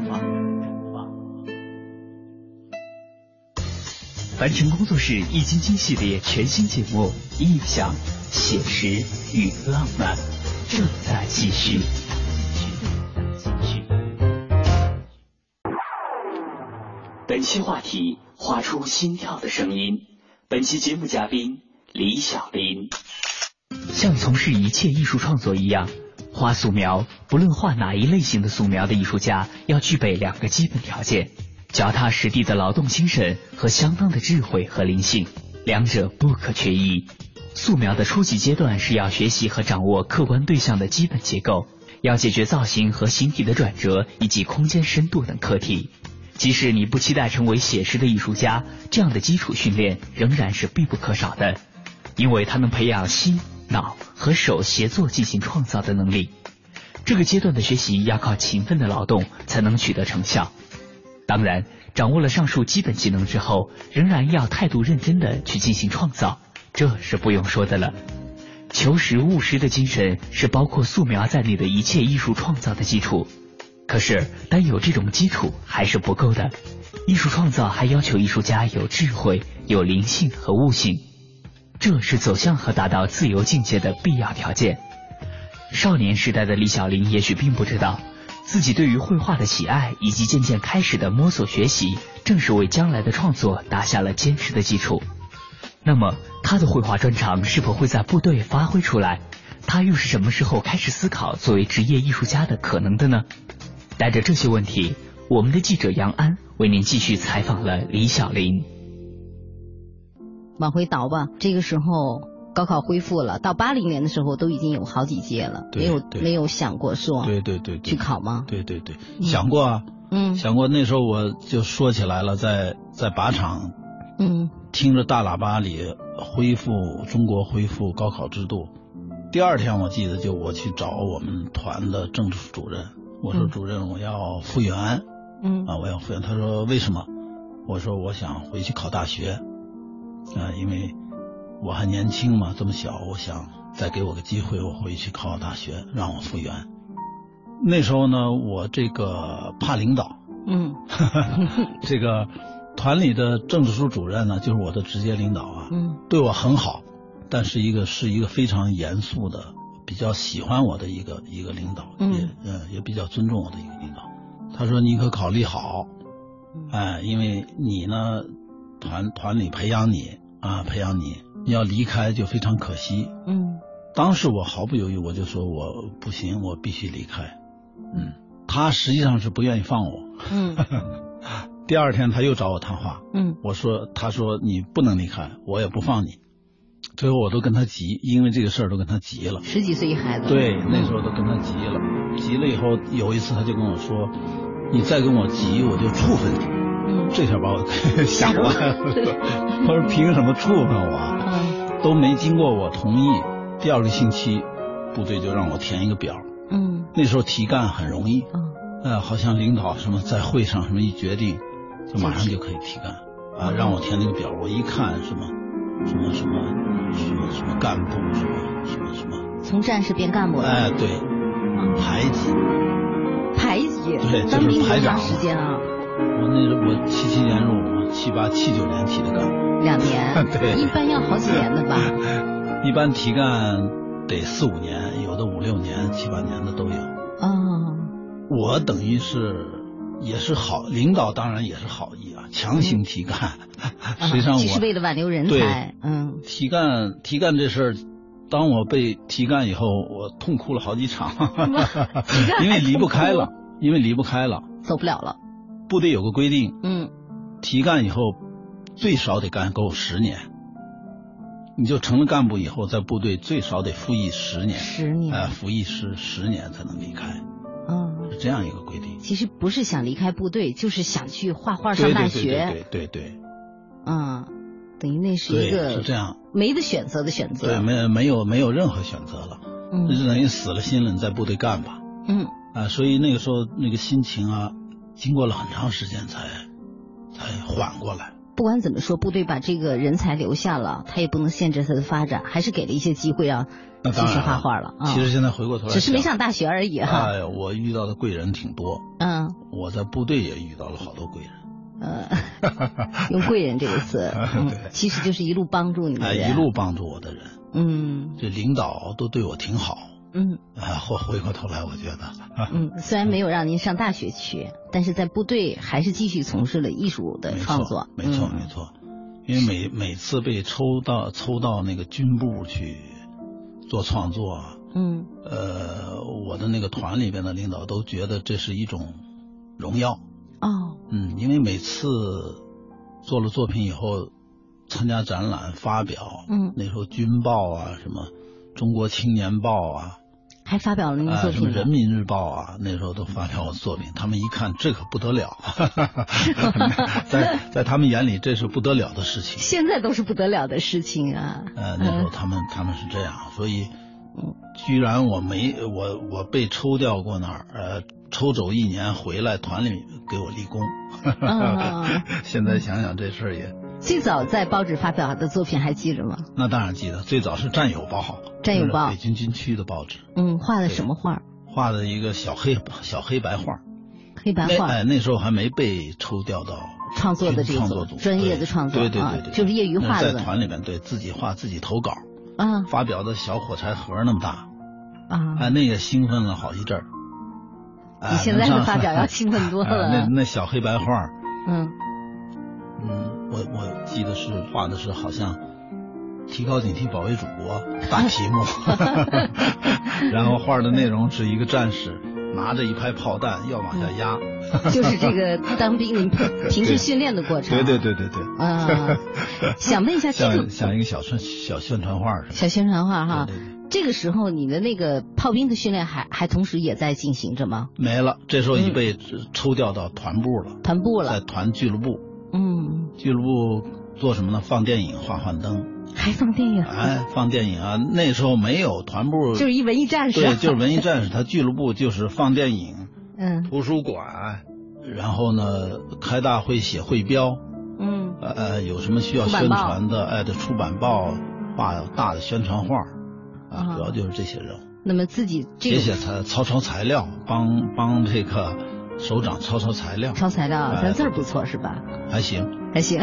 Speaker 2: 凡尘工作室易筋经系列全新节目《意象、写实与浪漫》正在继续。本期话题：画出心跳的声音。本期节目嘉宾李小林。像从事一切艺术创作一样，画素描，不论画哪一类型的素描的艺术家，要具备两个基本条件：脚踏实地的劳动精神和相当的智慧和灵性，两者不可缺一。素描的初级阶段是要学习和掌握客观对象的基本结构，要解决造型和形体的转折以及空间深度等课题。即使你不期待成为写实的艺术家，这样的基础训练仍然是必不可少的，因为它能培养心、脑和手协作进行创造的能力。这个阶段的学习要靠勤奋的劳动才能取得成效。当然，掌握了上述基本技能之后，仍然要态度认真的去进行创造，这是不用说的了。求实务实的精神是包括素描在内的一切艺术创造的基础。可是，单有这种基础还是不够的。艺术创造还要求艺术家有智慧、有灵性和悟性，这是走向和达到自由境界的必要条件。少年时代的李小林也许并不知道，自己对于绘画的喜爱以及渐渐开始的摸索学习，正是为将来的创作打下了坚实的基础。那么，他的绘画专长是否会在部队发挥出来？他又是什么时候开始思考作为职业艺术家的可能的呢？带着这些问题，我们的记者杨安为您继续采访了李小林。
Speaker 3: 往回倒吧，这个时候高考恢复了，到八零年的时候都已经有好几届了，
Speaker 4: 对
Speaker 3: 没有
Speaker 4: 对
Speaker 3: 没有想过说
Speaker 4: 对对对，对
Speaker 3: 去考吗？
Speaker 4: 对对对，想过啊，
Speaker 3: 嗯
Speaker 4: 想过那时候我就说起来了，在在靶场
Speaker 3: 嗯
Speaker 4: 听着大喇叭里恢复中国恢复高考制度。第二天我记得就我去找我们团的政治主任，我说
Speaker 3: 嗯
Speaker 4: 主任我要复员啊，
Speaker 3: 嗯
Speaker 4: 我要复员。他说为什么？我说我想回去考大学，啊，因为我还年轻嘛，这么小，我想再给我个机会，我回去考大学，让我复员。那时候呢，我这个怕领导，
Speaker 3: 嗯
Speaker 4: 这个团里的政治处主任呢，就是我的直接领导啊，
Speaker 3: 嗯
Speaker 4: 对我很好，但是一个是一个非常严肃的，比较喜欢我的一个一个领导，
Speaker 3: 嗯
Speaker 4: 也呃也比较尊重我的一个领导。他说你可考虑好，啊
Speaker 3: 嗯
Speaker 4: 哎，因为你呢，团团里培养你啊，培养你，你要离开就非常可惜。
Speaker 3: 嗯
Speaker 4: 当时我毫不犹豫，我就说我不行，我必须离开。嗯，他实际上是不愿意放我。
Speaker 3: 嗯
Speaker 4: 第二天他又找我谈话，
Speaker 3: 嗯
Speaker 4: 我说，他说你不能离开，我也不放你。最后我都跟他急，因为这个事儿都跟他急了。
Speaker 3: 十几岁一孩子，
Speaker 4: 对，那时候都跟他急了，急了以后有一次他就跟我说：“你再跟我急，我就处分你。
Speaker 3: 嗯”
Speaker 4: 这下把我 吓 坏了。他说：“凭什么处分我啊？
Speaker 3: 嗯
Speaker 4: 都没经过我同意。”第二个星期，部队就让我填一个表。
Speaker 3: 嗯
Speaker 4: 那时候提干很容易，
Speaker 3: 嗯
Speaker 4: 呃，好像领导什么在会上什么一决定，就马上就可以提干
Speaker 3: 嗯
Speaker 4: 啊，让我填那个表，我一看什么什么什么什么什么干部什么什么什么，
Speaker 3: 从战士变干部了，
Speaker 4: 哎，对，
Speaker 3: 嗯
Speaker 4: 排级，
Speaker 3: 排级
Speaker 4: 对，
Speaker 3: 当
Speaker 4: 就
Speaker 3: 兵
Speaker 4: 是排
Speaker 3: 多长
Speaker 4: 长
Speaker 3: 时间啊？
Speaker 4: 我那时候我七七年入伍，七八七九年提的干，
Speaker 3: 两年，
Speaker 4: 对，
Speaker 3: 一般要好几年的吧？
Speaker 4: 一般提干得四五年，有的五六年、七八年的都有。
Speaker 3: 哦，
Speaker 4: 我等于是也是好领导，当然也是好意啊，强行提干。 实际上
Speaker 3: 啊
Speaker 4: 我
Speaker 3: 其实为了挽留人才
Speaker 4: 对，
Speaker 3: 嗯，
Speaker 4: 提干提干这事儿，当我被提干以后，我痛哭了好 几场，因为离不开了，因为离不开了。
Speaker 3: 走不了了，
Speaker 4: 部队有个规定，
Speaker 3: 嗯，
Speaker 4: 提干以后最少得干够十年，你就成了干部以后，在部队最少得服役十年，
Speaker 3: 十年，
Speaker 4: 呃，服役十十年才能离开，
Speaker 3: 嗯，
Speaker 4: 是这样一个规定。
Speaker 3: 其实不是想离开部队，就是想去画画上
Speaker 4: 对
Speaker 3: 大
Speaker 4: 对
Speaker 3: 学，
Speaker 4: 对对对对
Speaker 3: 嗯，等于那是
Speaker 4: 对
Speaker 3: 一
Speaker 4: 对，
Speaker 3: 个
Speaker 4: 是这样。
Speaker 3: 没得选择的选择，
Speaker 4: 对，没没有没有任何选择了，这就
Speaker 3: 嗯
Speaker 4: 等于死了心了，你在部队干吧。
Speaker 3: 嗯，
Speaker 4: 啊，所以那个时候那个心情啊，经过了很长时间才才缓过来。
Speaker 3: 不管怎么说，部队把这个人才留下了，他也不能限制他的发展，还是给了一些机会让
Speaker 4: 那
Speaker 3: 继
Speaker 4: 当
Speaker 3: 续
Speaker 4: 然
Speaker 3: 画画了啊。
Speaker 4: 其实现在回过头来，
Speaker 3: 只是没上。大学而已哈。
Speaker 4: 哎呀，我遇到的贵人挺多，
Speaker 3: 嗯
Speaker 4: 我在部队也遇到了好多贵人，
Speaker 3: 呃，用贵人这个词，嗯，其实就是一路帮助你的
Speaker 4: 哎，
Speaker 3: 人，
Speaker 4: 一路帮助我的人，
Speaker 3: 嗯
Speaker 4: 这领导都对我挺好。
Speaker 3: 嗯
Speaker 4: 啊，或回过头来，我觉得
Speaker 3: 嗯，虽然没有让您上大学去，但是在部队还是继续从事了艺术的
Speaker 4: 没
Speaker 3: 创
Speaker 4: 错
Speaker 3: 作，，
Speaker 4: 没错，
Speaker 3: 嗯
Speaker 4: 没错。因为每每次被抽到抽到那个军部去做创作啊，
Speaker 3: 嗯
Speaker 4: 呃，我的那个团里边的领导都觉得这是一种荣耀。
Speaker 3: 哦
Speaker 4: 嗯，因为每次做了作品以后，参加展览发表，
Speaker 3: 嗯
Speaker 4: 那时候《军报》啊，什么《中国青年报》啊，
Speaker 3: 还发表了您的
Speaker 4: 啊、
Speaker 3: 嗯作
Speaker 4: 什么
Speaker 3: 品
Speaker 4: 《人
Speaker 3: 呢，
Speaker 4: 民日报》啊，那时候都发表我作品，他们一看这可不 得了，在在他们眼里这是不得了的事情。
Speaker 3: 现在都是不得了的事情啊。
Speaker 4: 呃，那时候他们他们是这样，所以居然我没我我被抽调过那儿，呃，抽走一年回来，团里给我立功。
Speaker 3: 啊
Speaker 4: 现在想想这事儿也，
Speaker 3: 最早在报纸发表的作品还记着吗？
Speaker 4: 那当然记得，最早是《战友报》，
Speaker 3: 战友报
Speaker 4: 就是北京军区的报纸，
Speaker 3: 嗯，画的什么画？
Speaker 4: 画的一个小黑小黑白画。
Speaker 3: 黑白
Speaker 4: 那
Speaker 3: 画。
Speaker 4: 哎，那时候还没被抽调到
Speaker 3: 创作的这
Speaker 4: 军
Speaker 3: 个
Speaker 4: 创
Speaker 3: 组
Speaker 4: 作组，
Speaker 3: 专业的
Speaker 4: 对
Speaker 3: 创作
Speaker 4: 对对
Speaker 3: 啊
Speaker 4: 对对，
Speaker 3: 就是业余画
Speaker 4: 那
Speaker 3: 的
Speaker 4: 在团里面对自己画自己投稿，
Speaker 3: 啊
Speaker 4: 发表的小火柴盒那么大，哎，
Speaker 3: 啊！
Speaker 4: 那个兴奋了好一阵儿。哎
Speaker 3: 比现在的发表要
Speaker 4: 能上
Speaker 3: 兴奋 多
Speaker 4: 哎那
Speaker 3: 了。啊
Speaker 4: 那小黑白画儿，
Speaker 3: 嗯
Speaker 4: 嗯，我我记得是画的是好像提高警惕，保卫祖国 大题目， 然后画的内容是一个战士拿着一排炮弹要往
Speaker 3: 嗯
Speaker 4: 下
Speaker 3: 啊
Speaker 4: 压，，
Speaker 3: 就是这个当兵您 平时训练的过程。
Speaker 4: 对对。对对对，
Speaker 3: 啊，想问一下这
Speaker 4: 像
Speaker 3: 个啊
Speaker 4: 像一个小宣小宣传画似的。
Speaker 3: 小宣传画哈
Speaker 4: 对对，
Speaker 3: 这个时候你的那个炮兵的训练还还同时也在进行着吗？
Speaker 4: 没了，这时候已被抽调到团部了，
Speaker 3: 团部
Speaker 4: 在
Speaker 3: 嗯了，
Speaker 4: 团俱乐部，
Speaker 3: 嗯，
Speaker 4: 俱乐部做什么呢？放电影，画幻灯，
Speaker 3: 还放电影，
Speaker 4: 哎，放电影 啊！那时候没有团部，
Speaker 3: 就是一文艺战士。
Speaker 4: 对，就是文艺战士，他俱乐部就是放电影、
Speaker 3: 嗯
Speaker 4: 图书馆，然后呢开大会写汇标，
Speaker 3: 嗯
Speaker 4: 呃呃，有什么需要宣传的，哎，的出版报，画大的宣传画，
Speaker 3: 啊
Speaker 4: 啊，主要就是这些任务。
Speaker 3: 那么自己这
Speaker 4: 写写
Speaker 3: 个
Speaker 4: 材抄抄材料，帮帮这个首长抄抄材料，
Speaker 3: 抄材料，
Speaker 4: 哎
Speaker 3: 咱字儿不错是吧？
Speaker 4: 还行。
Speaker 3: 还 行。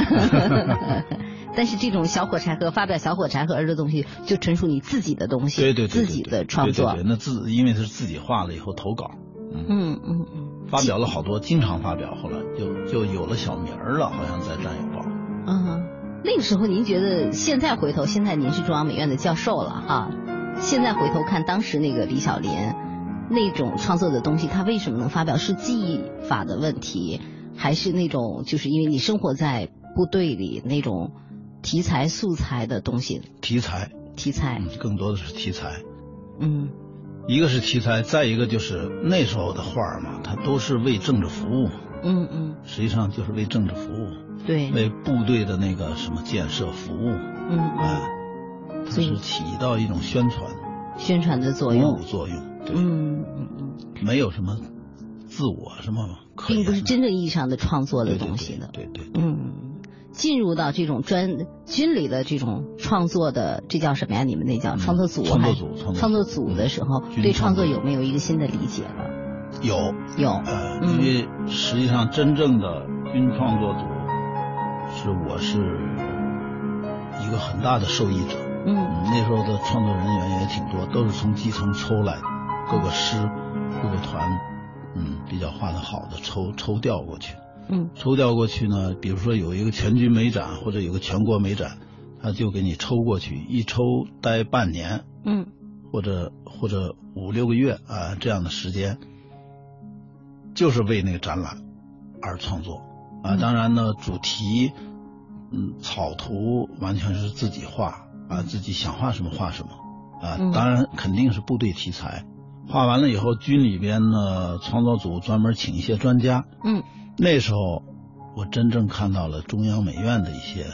Speaker 3: 但是这种小火柴盒发表小火柴盒的东西，就纯属你自己的东西，
Speaker 4: 对对对对对
Speaker 3: 自己的创作。
Speaker 4: 对对对，那自因为是自己画了以后投稿，
Speaker 3: 嗯嗯嗯
Speaker 4: 发表了好多，经常发表，后来就就有了小名儿了，好像在战友报。
Speaker 3: 嗯。那个时候您觉得，现在回头，现在您是中央美院的教授了哈、现在回头看当时那个李小林那种创作的东西，他为什么能发表？是记忆法的问题，还是那种就是因为你生活在部队里那种题材素材的东西
Speaker 4: 题材，
Speaker 3: 题材？
Speaker 4: 嗯，更多的是题材，
Speaker 3: 嗯
Speaker 4: 一个是题材，再一个就是那时候的画儿嘛，它都是为政治服务，
Speaker 3: 嗯嗯，
Speaker 4: 实际上就是为政治服务，
Speaker 3: 对，
Speaker 4: 为部队的那个什么建设服务，
Speaker 3: 嗯嗯。
Speaker 4: 哎，它
Speaker 3: 所以
Speaker 4: 是起到一种宣传
Speaker 3: 宣传的作
Speaker 4: 鼓舞
Speaker 3: 用。
Speaker 4: 作用，哦对。
Speaker 3: 嗯嗯嗯，
Speaker 4: 没有什么自我什么可言
Speaker 3: 并
Speaker 4: 的，
Speaker 3: 不是真正意义上的创作
Speaker 4: 对
Speaker 3: 的
Speaker 4: 对
Speaker 3: 东西的。
Speaker 4: 对对对
Speaker 3: 嗯，进入到这种专军里的这种创作的，这叫什么呀？你们那叫
Speaker 4: 嗯
Speaker 3: 创作组
Speaker 4: 创
Speaker 3: 还
Speaker 4: 作
Speaker 3: 是
Speaker 4: 组创作组嗯
Speaker 3: 创作组的时候，
Speaker 4: 军
Speaker 3: 对创
Speaker 4: 创
Speaker 3: 作
Speaker 4: 作
Speaker 3: 有没有一个新的理解了？
Speaker 4: 有
Speaker 3: 有，
Speaker 4: 呃，
Speaker 3: 嗯
Speaker 4: 因为实际上真正的军创作组是我是一个很大的受益者。
Speaker 3: 嗯
Speaker 4: 嗯，那时候的创作人员也挺多，都是从基层抽来的，各个师、各个团嗯，比较画的好的抽抽调过去，
Speaker 3: 嗯
Speaker 4: 抽调过去呢，比如说有一个全军美展或者有个全国美展，他就给你抽过去，一抽待半年
Speaker 3: 嗯
Speaker 4: 或者或者五六个月啊这样的时间，就是为那个展览而创作啊。
Speaker 3: 嗯
Speaker 4: 当然呢，主题嗯草图完全是自己画啊，自己想画什么画什么啊
Speaker 3: 嗯。
Speaker 4: 当然肯定是部队题材。画完了以后，军里边呢，创作组专门请一些专家，
Speaker 3: 嗯
Speaker 4: 那时候我真正看到了中央美院的一些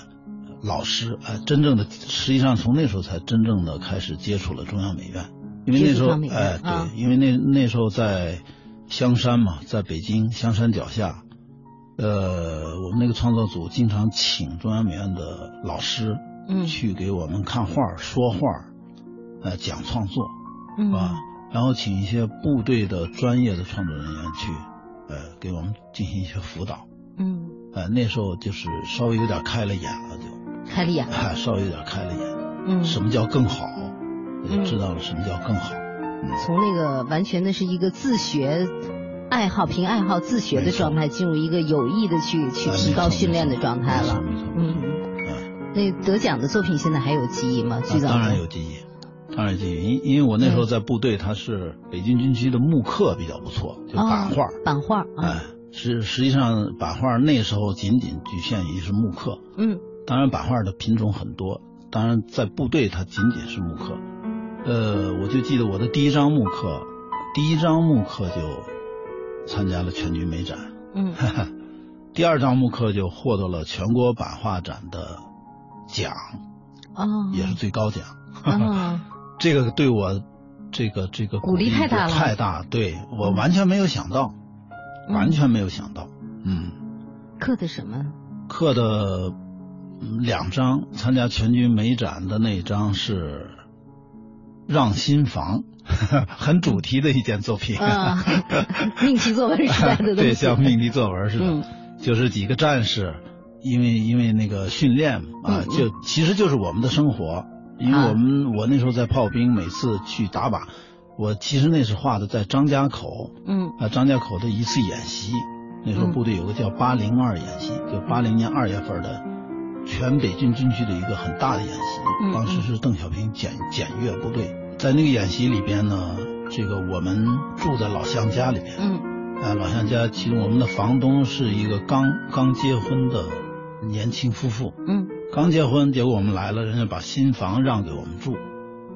Speaker 4: 老师，哎、真正的，实际上从那时候才真正的开始接触了中央美院，因为那时候
Speaker 3: 接触中央美，院
Speaker 4: 哎、对，
Speaker 3: 啊
Speaker 4: 因为那那时候在香山嘛，在北京香山脚下，呃，我们那个创作组经常请中央美院的老师
Speaker 3: 嗯
Speaker 4: 去给我们看画、说话，呃，讲创作，
Speaker 3: 嗯
Speaker 4: 啊，然后请一些部队的专业的创作人员去，呃，给我们进行一些辅导。
Speaker 3: 嗯，
Speaker 4: 呃，那时候就是稍微有点开了眼了，就，
Speaker 3: 开了眼，
Speaker 4: 哎，稍微有点开了眼。
Speaker 3: 啊嗯，
Speaker 4: 什么叫更好？我就知道了什么叫更好。
Speaker 3: 嗯从那个完全的是一个自学。爱好凭爱好自学的
Speaker 4: 没错
Speaker 3: 状态，进入一个有意的去去
Speaker 4: 哎
Speaker 3: 提
Speaker 4: 没
Speaker 3: 高
Speaker 4: 错
Speaker 3: 训
Speaker 4: 没
Speaker 3: 练的
Speaker 4: 错
Speaker 3: 状态
Speaker 4: 没错
Speaker 3: 了。
Speaker 4: 没错没错
Speaker 3: 嗯，
Speaker 4: 嗯，
Speaker 3: 那得奖的作品现在还有记忆吗？最早
Speaker 4: 啊
Speaker 3: 的
Speaker 4: 当然有记忆，当然有记忆。因因为我那时候
Speaker 3: 嗯
Speaker 4: 在部队，他是北京军区的木刻比较不错，就版画。
Speaker 3: 哦版画啊，
Speaker 4: 哎，实实际上版画那时候仅仅局限于是木刻。
Speaker 3: 嗯
Speaker 4: 当然，版画的品种很多，当然在部队它仅仅是木刻。呃，我就记得我的第一张木刻，第一张木刻就参加了全军美展，
Speaker 3: 嗯
Speaker 4: 哈哈， 第二张木刻就获得了全国版画展的奖，
Speaker 3: 哦，
Speaker 4: 也是最高奖。
Speaker 3: 啊，
Speaker 4: 这个对我这个这个
Speaker 3: 鼓励太大了
Speaker 4: 太大，对我
Speaker 3: 嗯
Speaker 4: 完全没有想到，
Speaker 3: 嗯
Speaker 4: 完全没有想到，嗯
Speaker 3: 刻的什么？
Speaker 4: 刻的嗯两张，参加全军美展的那一张是《让心房》， 很主题的一件作品。
Speaker 3: 啊，命题作文时代的东
Speaker 4: 对，
Speaker 3: 西，
Speaker 4: 像命题作文似的，
Speaker 3: 嗯
Speaker 4: 就是几个战士，因为因为那个训练啊，
Speaker 3: 嗯嗯
Speaker 4: 就其实就是我们的生活。因为
Speaker 3: 啊
Speaker 4: 我们、我那时候在炮兵，每次去打靶，我其实那是画的在张家口，
Speaker 3: 嗯
Speaker 4: 啊，张家口的一次演习，那时候部队有个叫八零二演习，就八零年二月份的全北军军区的一个很大的演习
Speaker 3: 嗯，
Speaker 4: 当时是邓小平检检阅部队，在那个演习里边呢，这个我们住在老乡家里边，
Speaker 3: 嗯
Speaker 4: 啊，老乡家，其中我们的房东是一个刚刚结婚的年轻夫妇，
Speaker 3: 嗯
Speaker 4: 刚结婚，结果我们来了，人家把新房让给我们住，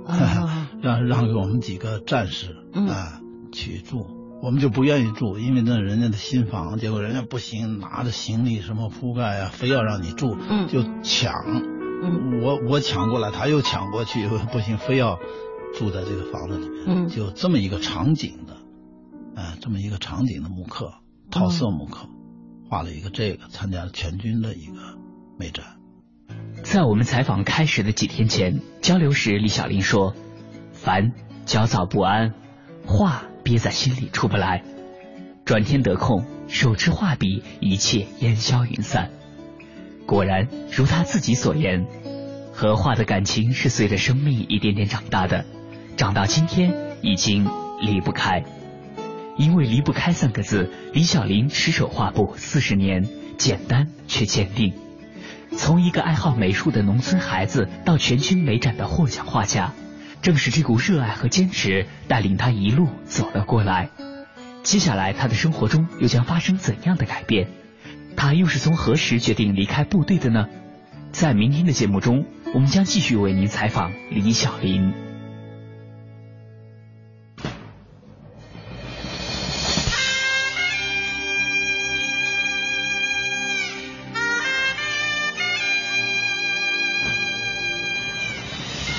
Speaker 3: 啊，
Speaker 4: 让让给我们几个战士
Speaker 3: 嗯
Speaker 4: 啊、去住，我们就不愿意住，因为那人家的新房，结果人家不行，拿着行李什么铺盖啊，非要让你住，
Speaker 3: 嗯
Speaker 4: 就抢，
Speaker 3: 嗯
Speaker 4: 我我抢过来，他又抢过去， 不行，非要住在这个房子里面，
Speaker 3: 嗯
Speaker 4: 就这么一个场景的，啊、这么一个场景的木刻，套
Speaker 3: 嗯
Speaker 4: 色木刻，画了一个这个，参加了全军的一个美展。
Speaker 2: 在我们采访开始的几天前交流时，李小林说：“烦，焦躁不安，话憋在心里出不来。转天得空，手持画笔，一切烟消云散。”果然，如他自己所言，和画的感情是随着生命一点点长大的，长到今天已经离不开。因为离不开三个字，李小林持手画布四十年，简单却坚定。从一个爱好美术的农村孩子到全军美展的获奖画家，正是这股热爱和坚持带领他一路走了过来。接下来他的生活中又将发生怎样的改变？他又是从何时决定离开部队的呢？在明天的节目中，我们将继续为您采访李小林。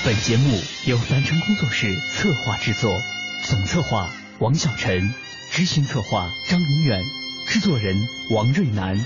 Speaker 2: 本节目由南城工作室策划制作，总策划王小晨，执行策划张明远，制作人王瑞南、